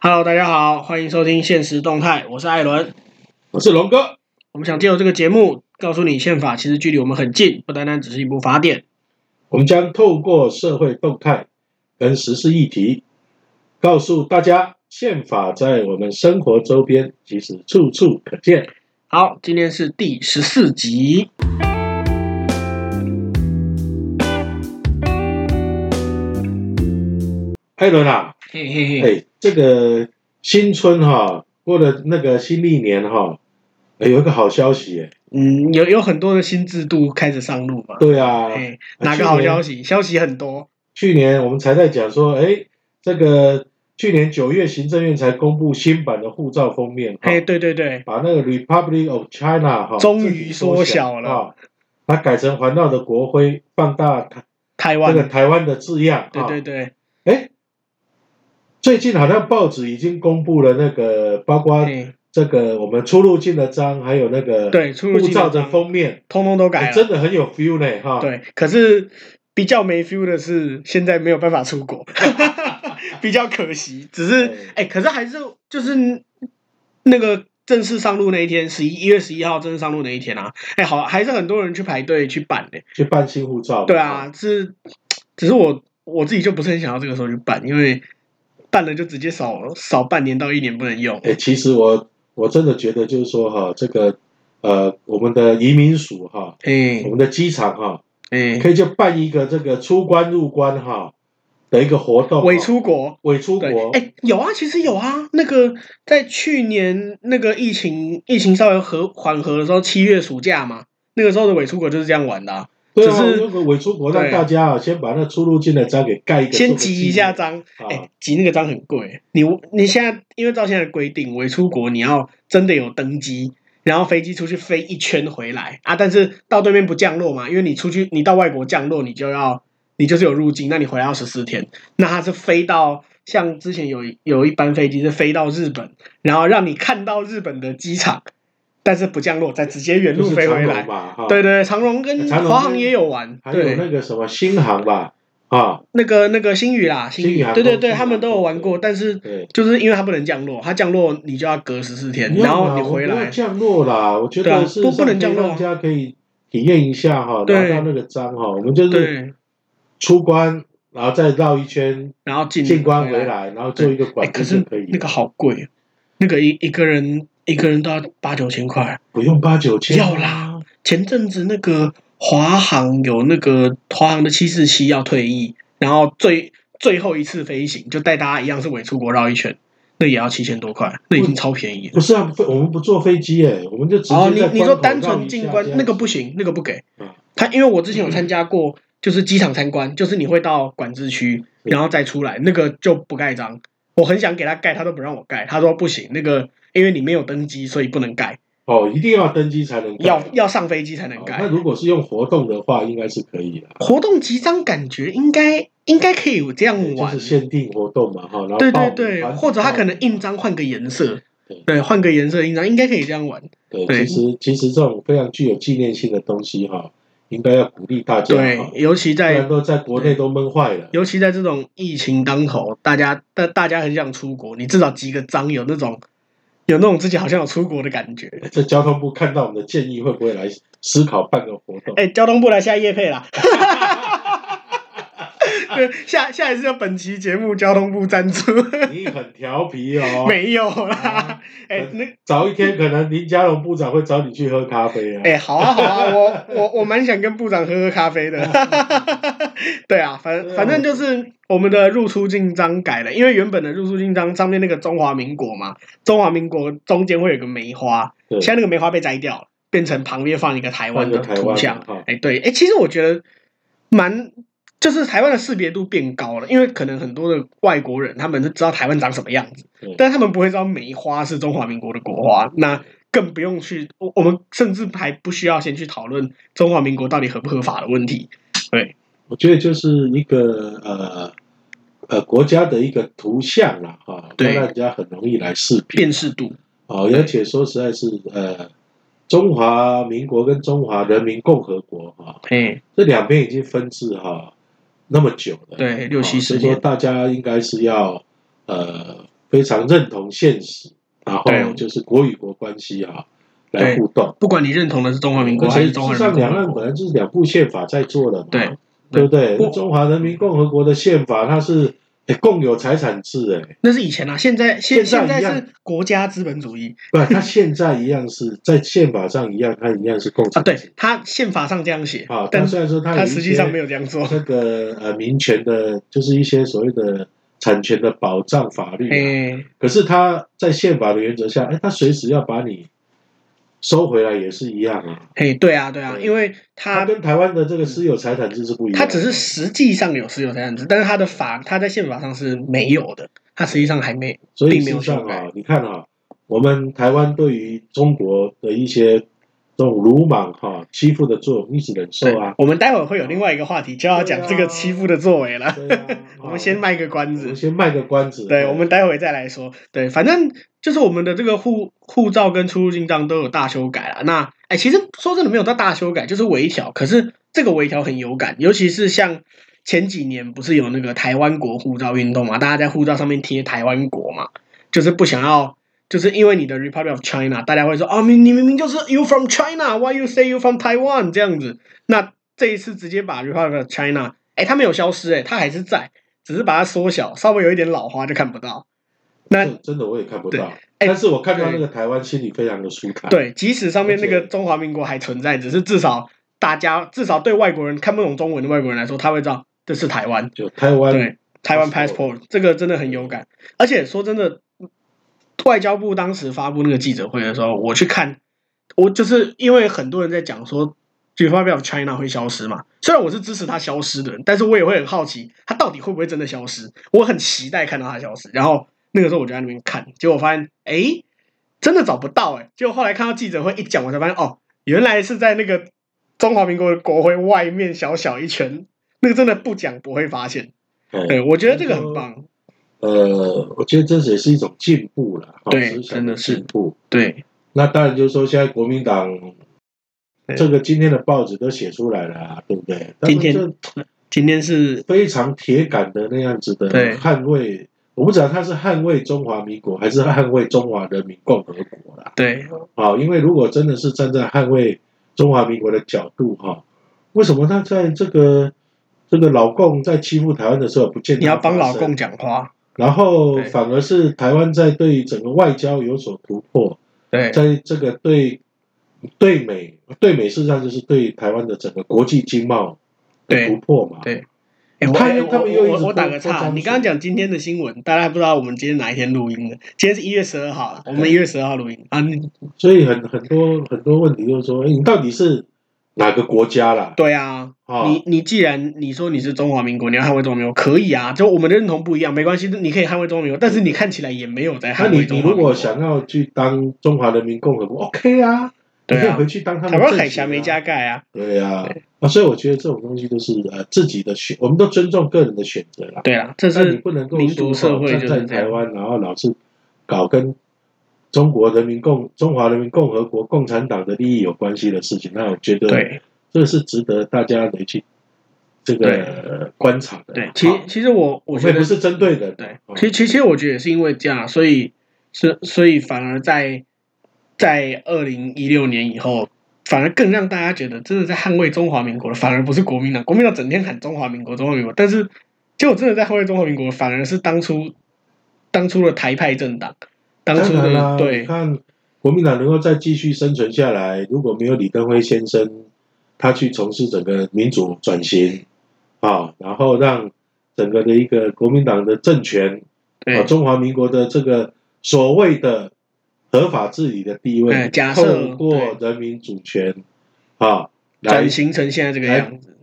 Hello，大家好，欢迎收听《现实动态》，我是艾伦。我是龙哥。我们想借由这个节目，告诉你宪法其实距离我们很近，不单单只是一部法典。我们将透过社会动态跟时事议题，告诉大家，宪法在我们生活周边其实处处可见。好，今天是第十四集。艾伦啊，嘿嘿嘿，哎，这个新春哈、过了那个新历年哈、哎有一个好消息哎。嗯，有有很多的新制度开始上路嘛。对啊，哎，啊哪去个好年消息？消息很多。去年我们才在讲说，哎，这个去年九月行政院才公布新版的护照封面哈、哎，对对对，把那个 Republic of China 哈、终于自己缩缩小小了啊，它改成环绕的国徽，放大台台这湾。个台湾的字样。对对啊，对，哎，最近好像报纸已经公布了那个，包括哎，这个我们出入境的章，还有那个对出入护境的照的章封面，通通都改哎了。真的很有 feel 呢哈。，对，可是比较没 feel 的是，现在没有办法出 国，比较可惜。只是对哎、可是还是就是那个正式上路那一天，十一一月十一号正式上路那一天啊，哎、好，还是很多人去排队去办呢、去办新护照。对啊，是，只是我我自己就不是很想要这个时候去办，因为办了就直接少少半年到一年不能用。哎，其实我我真的觉得就是说哈，这个呃，我们的移民署哈，哎我们的机场哈。哎，可以就办一个这个出关入关哈的一个活动、伪出国。伪出对国，，哎、有啊，其实有啊。那个在去年那个疫情疫情稍微和缓和的时候，七月暑假嘛，那个时候的伪出国就是这样玩的、啊，对只啊，是用个伪出国让对大家啊先把那出入境的章给盖一个，先做个集纪一下念章。哎、啊，集那个章很贵，你你现在因为照现在的规定，伪出国你要真的有登机。然后飞机出去飞一圈回来啊，但是到对面不降落嘛，因为你出去你到外国降落，你就要你就是有入境，那你回来要十四天。那它是飞到像之前有一有一班飞机是飞到日本，然后让你看到日本的机场，但是不降落，再直接原就路是飞回长来龙。嘛哈，对，对，长荣跟长荣华跟航也有玩，还有对，那个什么新航吧啊，那个那个星宇啦，星星宇宇，航对空对对，星宇啊他们都有玩过，但是对，就是因为它不能降落，它降落你就要隔十四天，不要然后啦你啊我回不要来，降落啦，我觉对啊得是不不能降落啊大家可以体验一下哈，对拿到那个章哈，我们就是对，出关，然后再绕一圈然后进进关回来。来，然后做一个哎、管可制就是可以了，那个好贵，啊那个一一个人一个人都要八九千块。不用八九千，啊要啦，前阵子那个华航有那个华航的七四七要退役，然后最最后一次飞行就带大家一样是伪出国绕一圈，那也要七千多块，那已经超便宜了。不是啊，不我们不坐飞机耶，我们就直接哦，你在你关说口单绕一纯进下关这样那个不行，那个不给嗯。他因为我之前有参加过，就是机场参观，就是你会到管制区，是然后再出来，那个就不盖章。我很想给他盖，他都不让我盖，他说不行，那个因为你没有登机，所以不能盖，哦，一定要登机才能盖要要上飞机才能嗯哦盖那。如果是用活动的话，应该是可以的，活动集章感觉应该应该可以这样就玩是，限定活动嘛，哈，然后对报对名对，班级或者他可能报名印章换个颜色对，对，换个颜色印章应该可以这样玩。对对，其实其实这种非常具有纪念性的东西哈，应该要鼓励大家，对哈，尤其不在然都在国内都闷坏了，尤其在这种疫情当头，大家大大家很想出国，你至少集个章，有那种有那种自己好像有出国的感觉。这交通部看到我们的建议，会不会来思考办个活动？哎、交通部来下夜配啦！ 对，下下一次就本期节目交通部赞助，你很调皮哦， 没有啦啊。哎、那早一天可能林佳龙部长会找你去喝咖啡啊。哎、好啊好啊，我我我蛮想跟部长喝喝咖啡的。 对啊，反对啊反正就是我们的入出境章改了，因为原本的入出境章上面那个中华民国嘛，中华民国中间会有个梅花，对现在那个梅花被摘掉了，变成旁边放一个台湾的放一个台湾图的像哈。哎、对，哎、其实我觉得蛮。就是台湾的识别度变高了，因为可能很多的外国人他们是知道台湾长什么样子对，但他们不会知道梅花是中华民国的国花，那更不用去，我我们甚至还不需要先去讨论中华民国到底合不合法的问题。我觉得就是一个呃呃国家的一个图像啦，哈、对会让人家很容易来识别辨识度，啊、哦，而且说实在是呃，中华民国跟中华人民共和国哈、哎，这两边已经分治哈、那么久了，对，六哦七十所以说年，大家应该是要呃非常认同现实，然后对就是国与国关系啊来互动。不管你认同的是中华民国而还且是事中华实人上，民两共岸和国，本来就是两部宪法在做的嘛，对对不对？不中华人民共和国的宪法它是、哎共有财产制、哎，那是以前啊，现在现现现在在一样是国家资本主义不，它现在一样是在宪法上一样，它一样是共啊，产对制，他宪法上这样写啊。，但但虽然说它有他一实际上些没有这样做。这个呃民权的，就是一些所谓的产权的保障法律、啊，哎，可是他在宪法的原则下，哎，他随时要把你收回来也是一样啊。嘿，对啊，对啊，对因为他他跟台湾的这个私有财产制是不一样的，他只是实际上有私有财产制，但是他的法他在宪法上是没有的，他实际上还没所以并没事有实上修改啊，你看啊，我们台湾对于中国的一些这种鲁莽哈、欺负的作为，你只能受啊。我们待会儿会有另外一个话题，就要对讲啊这个欺负的作为了。 对啊我们先卖个关我子们，先卖个关子。对，我们待会再来说。对，反正就是我们的这个护护照跟出入境章都有大修改了。那哎、其实说真的没有到大修改，就是微调。可是这个微调很有感，尤其是像前几年不是有那个台湾国护照运动嘛，大家在护照上面贴台湾国嘛，就是不想要。就是因为你的 Republic of China，大家会说哦，你你明明就是 You from China，Why you say you from Taiwan 这样子？那这一次直接把 Republic of China，哎，它没有消失、哎，它还是在，只是把它缩小，稍微有一点老花就看不到。那这真的我也看不对到，哎但是我看到那对个台湾，心里非常的舒坦。对，即使上面那而个且中华民国还存在，只是至少大家至少对外国人看不懂中文的外国人来说，他会知道这是台湾。就台湾对，台湾 passport passport 这个真的很有感，而且说真的，外交部当时发布那个记者会的时候，我去看，我就是因为很多人在讲说。Republic of China 会消失嘛？虽然我是支持它消失的人，但是我也会很好奇，它到底会不会真的消失？我很期待看到它消失。然后那个时候我就在那边看，结果发现，哎，真的找不到哎、诶结果后来看到记者会一讲，我才发现，哦，原来是在那个中华民国的国徽外面小小一圈，那个真的不讲不会发现。哎对，我觉得这个很棒。呃，我觉得这也是一种进步了，哈对思想真的是进步。对，那当然就是说，现在国民党对这个今天的报纸都写出来了、啊，对不对？今天他们今天是这非常铁杆的那样子的对捍卫，我不知道他是捍卫中华民国，还是捍卫中华人民共和国啦。对啊，因为如果真的是站在捍卫中华民国的角度哈、为什么他在这个这个老共在欺负台湾的时候不见你要帮他老发声共讲话，然后对反而是台湾在对整个外交有所突破，对在这个对对美对美事实上就是对台湾的整个国际经贸的对突破嘛。对。哎我他哎他我们又一直我我打个泼泼脏岔，水你刚刚讲今天的新闻，大家还不知道我们今天哪一天录音的？今天是一月十二号了，我们一月十二号录音啊。你所以很很多很多问题就是说，哎，你到底是哪个国家啦？对啊，啊、你你既然你说你是中华民国，你要捍卫中华民国，可以啊，就我们的认同不一样，没关系，你可以捍卫中华民国，但是你看起来也没有在那捍你卫中你华民如国果。想要去当中华人民共和国，OK 啊，对你可以啊回，去当他台们湾正海旗峡没啊加盖啊，对呀、啊，所以我觉得这种东西都是呃自己的选，我们都尊重个人的选择啦。对啊，这但你是不能够民说族社会哦就是站这在台样。湾，然后老是搞跟中国人民共中华人民共和国共产党的利益有关系的事情，那我觉得对，这是值得大家来去这对个观察的。对好，其其实我我我觉们得也不是针对人，对哦，其实其实其实我觉得也是因为这样，啊所以是所以反而在在二零一六年以后，反而更让大家觉得真的在捍卫中华民国的，反而不是国民党，国民党整天喊中华民国中华民国，但是结果真的在捍卫中华民国，反而是当初当初的台派政党，当初当然啦、哦的你对看国民党能够再继续生存下来，如果没有李登辉先生他去从事整个民主转型啊，然后让整个的一个国民党的政权啊，对中华民国的这个所谓的合法治理的地位，嗯假设透过人民主权啊来转型成现在这个来样子，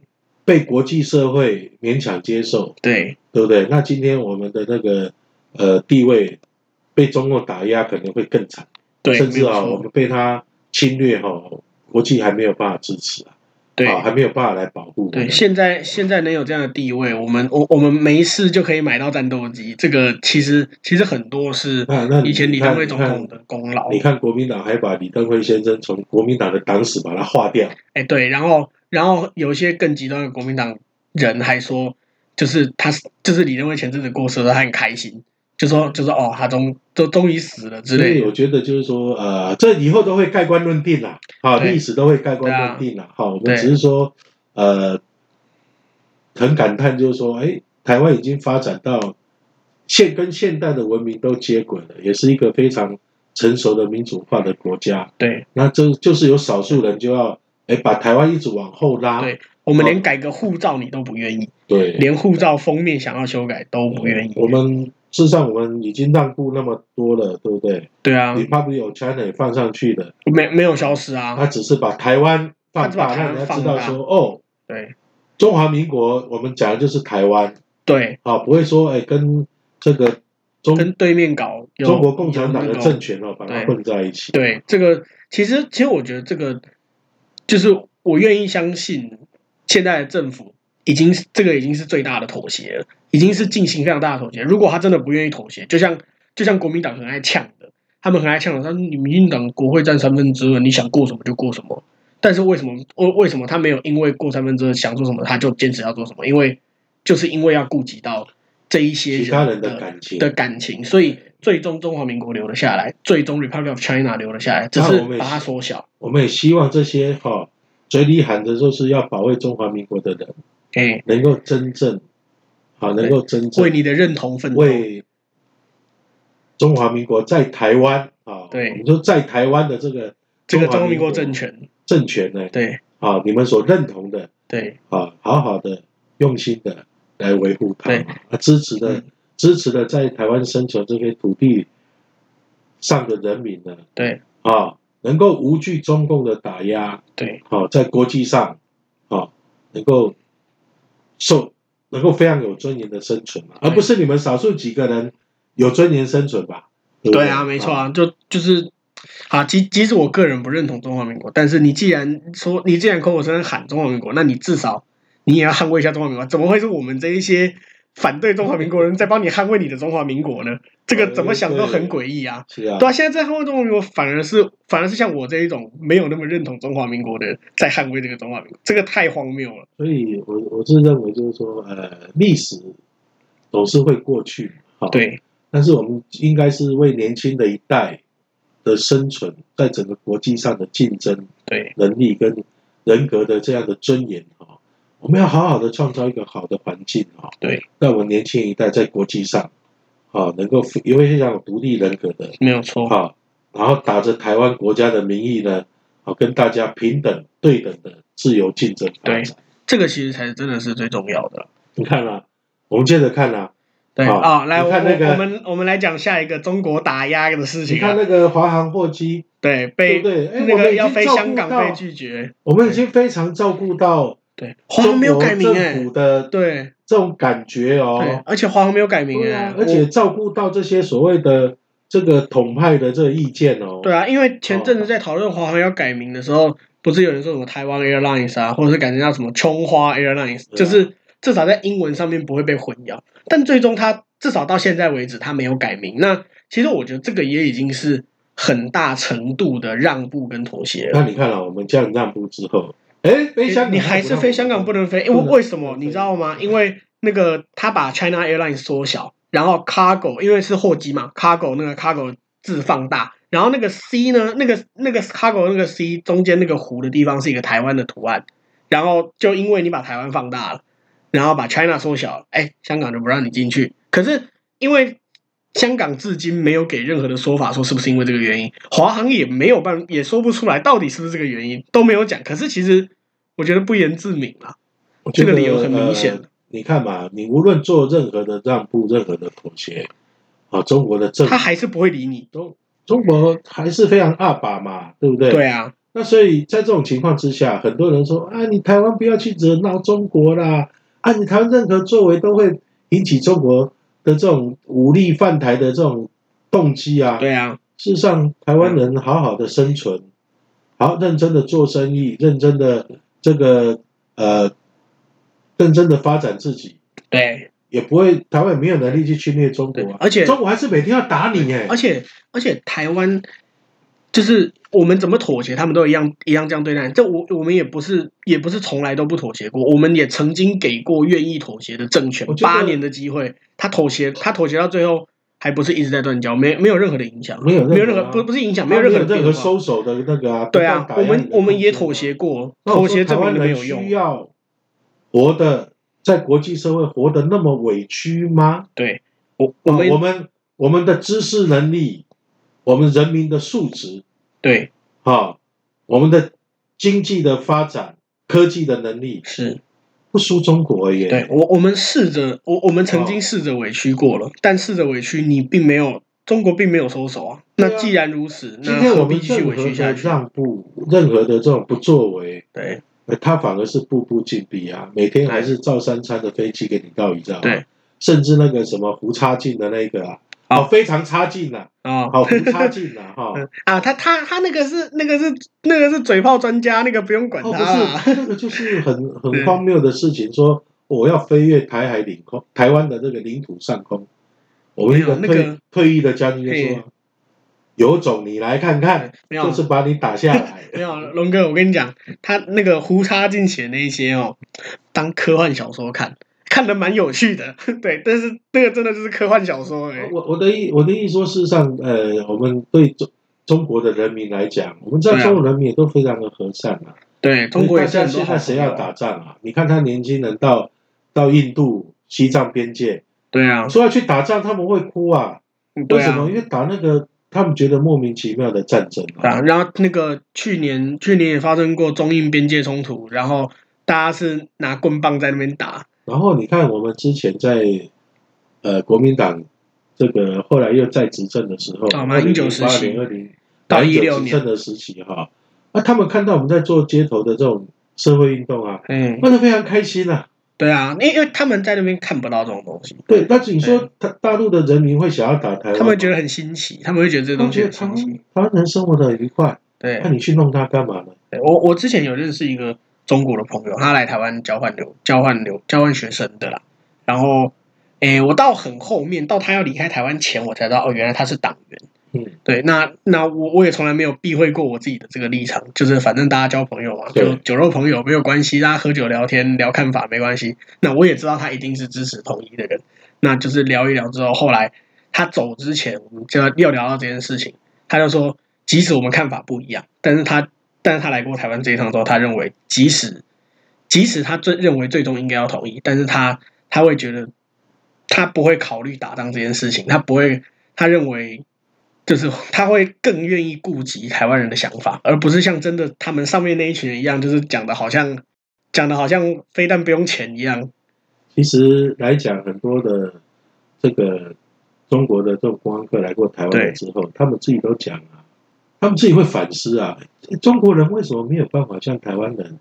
被国际社会勉强接受，对对不对？那今天我们的那个呃地位被中共打压，可能会更惨。对，甚没至有啊，我错，们被他侵略哈、国际还没有办法支持啊，对啊还没有办法来保护我们对，现在现在能有这样的地位，我们我我们没事就可以买到战斗机，这个其实其实很多是那那你以前李看登辉总统你的功劳看，。你看国民党还把李登辉先生从国民党的党史把他划掉，哎，对，然后然后有一些更极端的国民党人还说，就是他是就是李登辉前阵子过世的时候，他很开心，就说就说哦，他终终终于死了之所类以的。我觉得就是说，呃，这以后都会盖棺论定啦，啊，对历史都会盖棺论定啦。好、我对们只是说，呃，很感叹，就是说，哎，台湾已经发展到现跟现代的文明都接轨了，也是一个非常成熟的民主化的国家。对，那这就是有少数人就要，哎，把台湾一直往后拉。对我们连改个护照你都不愿意，对连护照封面想要修改都不愿意。我们事实上我们已经让步那么多了，对不对对啊， ？Republic of China 也放上去的。没没有消失啊。他只是把台湾放他大，只把台让湾人家放知大道说，哦，对中华民国我们讲的就是台湾对，啊，不会说哎跟这个中跟对面搞有中国共产党有的那个政权哦把它对混在一起。对，这个其实其实我觉得这个就是我愿意相信，现在的政府已经是这个已经是最大的妥协了，已经是进行非常大的妥协。如果他真的不愿意妥协，就像就像国民党很爱呛的，他们很爱呛的，他说你民进党国会占三分之二，你想过什么就过什么。但是为什么为为什么他没有因为过三分之二想做什么他就坚持要做什么？因为就是因为要顾及到这一些其他人人的感情的感情，所以最终中华民国留了下来，最终 Republic of China 留了下来，只那是我们也把它是缩小。我们也希望这些哈、哦嘴里喊着说是要保卫中华民国的人，哎、能够真正啊，能够真正为你的认同奋斗。为中华民国在台湾啊，对我们说在台湾的这个这个中中华华民民国政权，政权呢，对啊，你们所认同的对啊，好好的、用心的来维护它对，啊，支持的、嗯支持的在台湾生存这些土地上的人民呢，对啊，能够无惧中共的打压，对啊，在国际上啊，能够受能够非常有尊严的生存嘛，而不是你们少数几个人有尊严生存吧？对不对啊，没错，啊，就就是啊，即即使我个人不认同中华民国，但是你既然说你既然口口声声喊中华民国，那你至少你也要捍卫一下中华民国。怎么会是我们这一些反对中华民国人在帮你捍卫你的中华民国呢？这个怎么想都很诡异啊！是啊对，啊，现在在捍卫中华民国，反而是反而是像我这一种没有那么认同中华民国的人，在捍卫这个中华民国，这个太荒谬了。所以我我是认为就是说，呃，历史总是会过去，啊好，对但是我们应该是为年轻的一代的生存，在整个国际上的竞争对能力跟人格的这样的尊严哈、哦，我们要好好的创造一个好的环境哈、哦，对，让我们年轻一代在国际上啊、能够有非常有独立人格的没有错。啊，然后打着台湾国家的名义呢，啊，跟大家平等对等的自由竞争发展。对这个其实才是真的是最重要的。你看啊，我们接着看啊，对好啊、来，你我看那个我我们我们来讲下一个中国打压的事你情、看啊。那个华航货机，对，对被不对？哎，那我们个已要经飞照顾香港到被拒绝。我们已经非常照顾到对，华航中没有国改名哎、政府的对这种感觉对哦，，而且华航没有改名对哎、啊，而且我照顾到这些所谓的这个统派的这个意见哦，对啊，因为前阵子在讨论华航要改名的时候，不是有人说什么台湾 Airlines 啊，或者是改成叫什么琼花 Airlines，对啊就是至少在英文上面不会被混淆。但最终它至少到现在为止，它没有改名。那其实我觉得这个也已经是很大程度的让步跟妥协了。那你看了、我们这样让步之后，哎，飞香港你还是飞香港不能飞，因为不能为什么不能飞你知道吗？因为那个他把 China Airlines 缩小，然后 cargo 因为是货机嘛，cargo 那个 cargo 字放大，然后那个 C 呢，那个那个 cargo 那个 C 中间那个弧的地方是一个台湾的图案，然后就因为你把台湾放大了，然后把 China 缩小了，哎，香港就不让你进去。可是因为香港至今没有给任何的说法，说是不是因为这个原因，华航也没有办，也说不出来到底是不是这个原因，都没有讲。可是其实我觉得不言自明啊啦，我觉得这个理由很明显呃你看嘛，你无论做任何的让步、任何的妥协，啊，中国的政府他还是不会理你。中中国还是非常二把嘛，对不对？对啊，那所以在这种情况之下，很多人说啊，你台湾不要去惹闹中国啦，啊，你台湾任何作为都会引起中国的这种武力犯台的这种动机啊。对啊，事实上，台湾人好好的生存，好认真的做生意，认真的这个呃，认真的发展自己，对，也不会台湾也没有能力去侵略中国、啊，而且中国还是每天要打你哎、而且而且台湾就是我们怎么妥协，他们都一样一样这样对待。这我我们也不是也不是从来都不妥协过，我们也曾经给过愿意妥协的政权我觉得八年的机会，他妥协他妥协到最后。还不是一直在断交，没没有任何的影响，没有任何啊没有任何不不是影响，没没有任何的任变何化收手的那个啊。对不啊断，打我压们你的我们也空间妥啊协过，那我妥说协台证湾明了没人有需用。要活的在国际社会活得那么委屈吗？对，我我我们、我们我们的知识能力，我们人民的素质对啊、我们的经济的发展、科技的能力是，不输中国耶。对我我们试着我我们曾哦经试着委屈过了，但试着委屈你并没有中国并没有收手啊。那对啊既然如此，今那天我何们必继续任委何屈下的去？让步、任何的这种不作为，对呃它反而是步步紧逼啊！每天还是照三餐的飞机给你到一照，啊对，甚至那个什么胡差劲的那个啊，好哦，非常差劲呐、啊、啊， 好胡差劲呐、哈、嗯啊，他他他那个是那个是那个是嘴炮专家，那个不用管哦，他啊不啦。是，那个就是很很嗯荒谬的事情，说我要飞越台海领空，台湾的这个领土上空。我们一个没有那退、个退役的将军就嘿说啊：“有种你来看看，没有啊就是把你打下来。 没有啊龙哥，我跟你讲，他那个胡插进写那一些哦，当科幻小说看，看的蛮有趣的。 对，但是那个真的就是科幻小说哎、我我的意我的意思说，事实上，呃，我们对中中国的人民来讲，我们知道对啊中国人民也都非常的和善啊。对，中国也大是家很多现好在谁朋友要啊。打仗啊？你看他年轻人到到印度、西藏边界，对啊，说要去打仗，他们会哭啊。为对什啊么？，因为打那个他们觉得莫名其妙的战争对啊。然后那个去年去年也发生过中印边界冲突，然后大家是拿棍棒在那边打。然后你看，我们之前在呃国民党这个后来又在执政的时候，啊马英九时二期零二零到马英九16执年政的时期哈，那、他们看到我们在做街头的这种社会运动啊，嗯，那就非常开心啊。对啊，因因为他们在那边看不到这种东西，对，但是你说对他大陆的人民会想要打台湾吗，他们觉得很新奇，他们会觉得这他个们东西觉得很台新湾奇。台湾人生活的很愉快，对那，你去弄他干嘛呢？对我我之前有认识一个中国的朋友，他来台湾交换留交换留交换学生的啦。然后，诶，我到很后面，到他要离开台湾前，我才知道哦，原来他是党员。嗯，对，那那我我也从来没有避讳过我自己的这个立场，就是反正大家交朋友嘛，对就酒肉朋友没有关系，大家喝酒聊天聊看法没关系。那我也知道他一定是支持统一的人，那就是聊一聊之后，后来他走之前，我们就要又聊到这件事情，他就说，即使我们看法不一样，但是他但是他来过台湾这一趟之后，他认为即使即使他最认为最终应该要统一，但是他他会觉得他不会考虑打仗这件事情，他不会，他认为就是他会更愿意顾及台湾人的想法，而不是像真的他们上面那一群人一样，就是讲的好像讲的好像非但不用钱一样。其实来讲，很多的这个中国的这种观光客来过台湾了对之后，他们自己都讲啊，他们自己会反思啊，诶中国人为什么没有办法像台湾人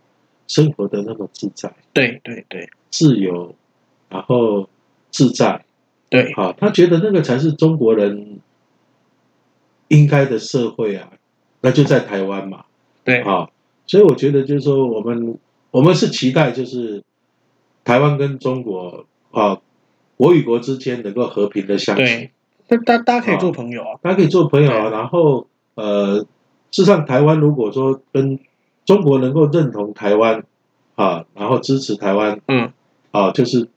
生活的那么自在、对对对自由，然后自在？对啊，他觉得那个才是中国人应该的社会啊，那就在台湾嘛。对啊，所以我觉得就是说，我们我们是期待就是台湾跟中国啊，国与国之间能够和平的相处，对，那大大家可以做朋友啊。大家可以做朋友啊。对然后呃，事实上，台湾如果说跟中国能够认同台湾啊，然后支持台湾嗯，啊，就是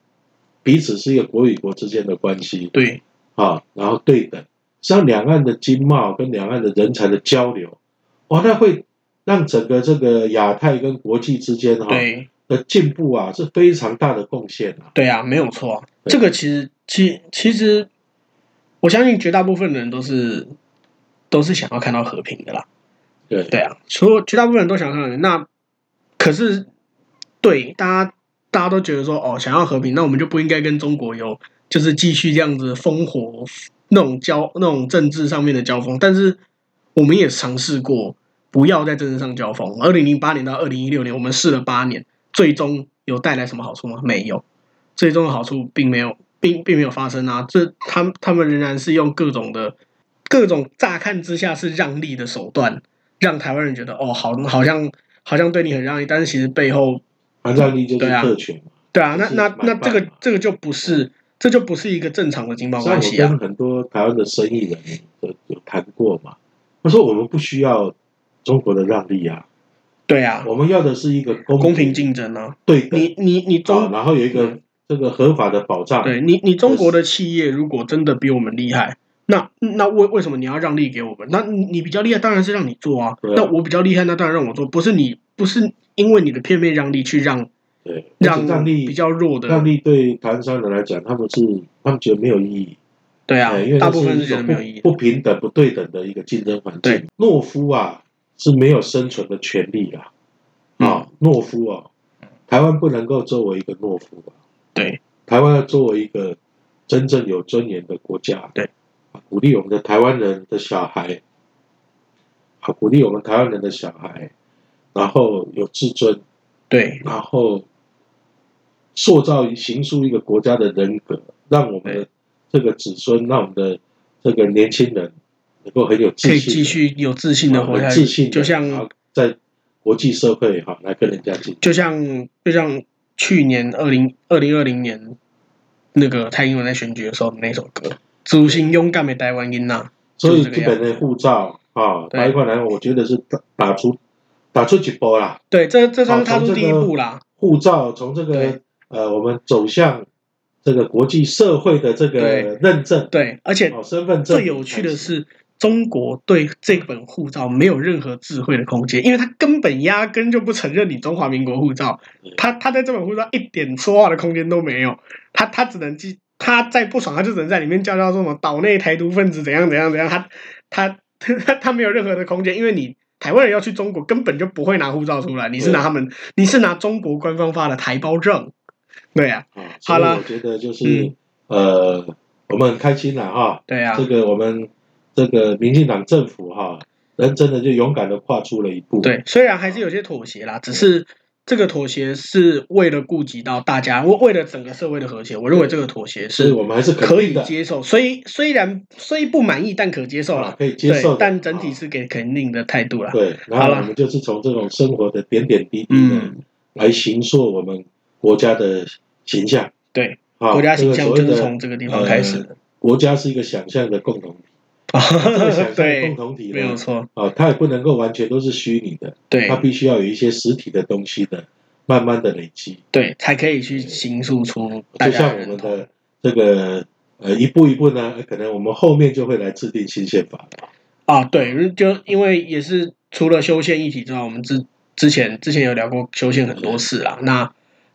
彼此是一个国与国之间的关系对啊，然后对等，实际上两岸的经贸跟两岸的人才的交流，哇，那会让整个这个亚太跟国际之间哈、对的进步啊，是非常大的贡献啊。对啊，没有错啊。对这个其实其其实，我相信绝大部分人都是都是想要看到和平的啦。对对啊，所有绝大部分人都想和平。那可是，对大家大家都觉得说，哦，想要和平，那我们就不应该跟中国有就是继续这样子烽火那种交那种政治上面的交锋。但是我们也尝试过不要在政治上交锋。二零零八年到二零一六年，我们试了八年，最终有带来什么好处吗？没有，最终的好处并没有，并并没有发生啊。这他们他们仍然是用各种的各种乍看之下是让利的手段。让台湾人觉得哦，好，好像好像对你很让利，但是其实背后，啊，让利就是对啊特权嘛。对啊，那就是那买那办这个嘛这个就不是，这就不是一个正常的经贸像关我系啊跟。很多台湾的生意人有有谈过嘛，他说我们不需要中国的让利啊，对啊，我们要的是一个公公平竞争啊。对等你你你啊，中然后有一个嗯这个合法的保障。对你，你中国的企业如果真的比我们厉害，那那为为什么你要让利给我们？那你你比较厉害，当然是让你做啊。对啊那我比较厉害，那当然让我做，不是你不是因为你的片面让利去让对，而让且让利比较弱的，让利对台湾商人来讲，他们是他们觉得没有意义。对啊哎因为，大那部分是是一觉得种没有意义不。不平等、不对等的一个竞争环对境。懦夫啊是没有生存的权利啦，嗯哦啊，懦夫啊，台湾不能够作为一个懦夫啊，对，台湾要作为一个真正有尊严的国家，对啊，鼓励我们的台湾人的小孩，啊，鼓励我们台湾人的小孩，然后有自尊，对然后塑造形塑一个国家的人格，让我们的这个子孙，让我们的这个年轻人能够很有可自以信，继续有自信的啊活下很去，自信地，就然像后在国际社会哈、来跟人家竞争。就像就像去年二零二零二零年那个蔡英文在选举的时候的那首歌“主行勇敢的台湾囡呐所以就是这基个样本的护照啊，对白话来讲，我觉得是打打出打出一波啦”，。对，这这算是哦踏从出第这一个步啦。护照从这个对呃，我们走向这个国际社会的这个对认证，对，而且哦，身份证最有趣的是，中国对这本护照没有任何智慧的空间，因为他根本压根就不承认你中华民国护照嗯，他他在这本护照一点说话的空间都没有，他他只能记，他再不爽他就只能在里面叫叫说什么岛内台独分子怎样怎样怎样，他他他他没有任何的空间，因为你。台湾人要去中国，根本就不会拿护照出来。你是拿他们，你是拿中国官方发的台胞证，对呀、啊，所好以啦我觉得就是、嗯呃，我们很开心了哈啊，、对呀、这个我们这个民进党政府哈，人真的就勇敢的跨出了一步。对，虽然还是有些妥协嗯啦，只是这个妥协是为了顾及到大家，为为了整个社会的和谐，我认为这个妥协所以是我们还是肯可定以的，接受。虽虽然虽不满意，但可接受啊啦，可以接受对的，但整体啊是给肯定的态度啦。对。然好后啦我们就是从这种生活的点点滴滴的嗯，来形塑我们国家的形象。对，啊，国家形象就这个是所从谓的呃这个地方开始的。国家是一个想象的共同 体，这个想象的共对，同体没有呢，错，啊，它也不能够完全都是虚拟的，对它必须要有一些实体的东西的，慢慢的累积，对，才可以去形塑出大就家像的我认们同。的这个呃一步一步呢，呃可能我们后面就会来制定新宪法。啊，对，就因为也是除了修宪议题之外，我们之之前之前有聊过修宪很多事啦。那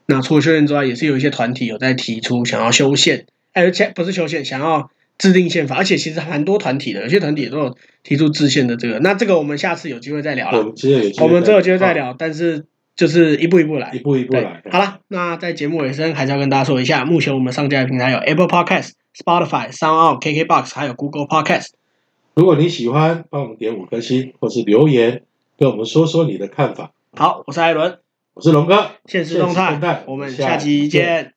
那除了修宪之外，也是有一些团体有在提出想要修宪，哎而且不是修宪，想要制定宪法，而且其实蛮多团体的，有些团体也都有提出制宪的这个。那这个我们下次有机会再聊我啦，们只有有机会我们之后有机会再啊聊，但是就是一步一步来一。步一步对来。，好了，那在节目尾声还是要跟大家说一下，目前我们上架的平台有 Apple Podcast、Spotify、Sound、KKBox，还有 Google Podcast。如果你喜欢，帮我们点五颗星，或是留言跟我们说说你的看法。好，我是艾伦。我是龙哥，现实动态，现实动态我们下期见。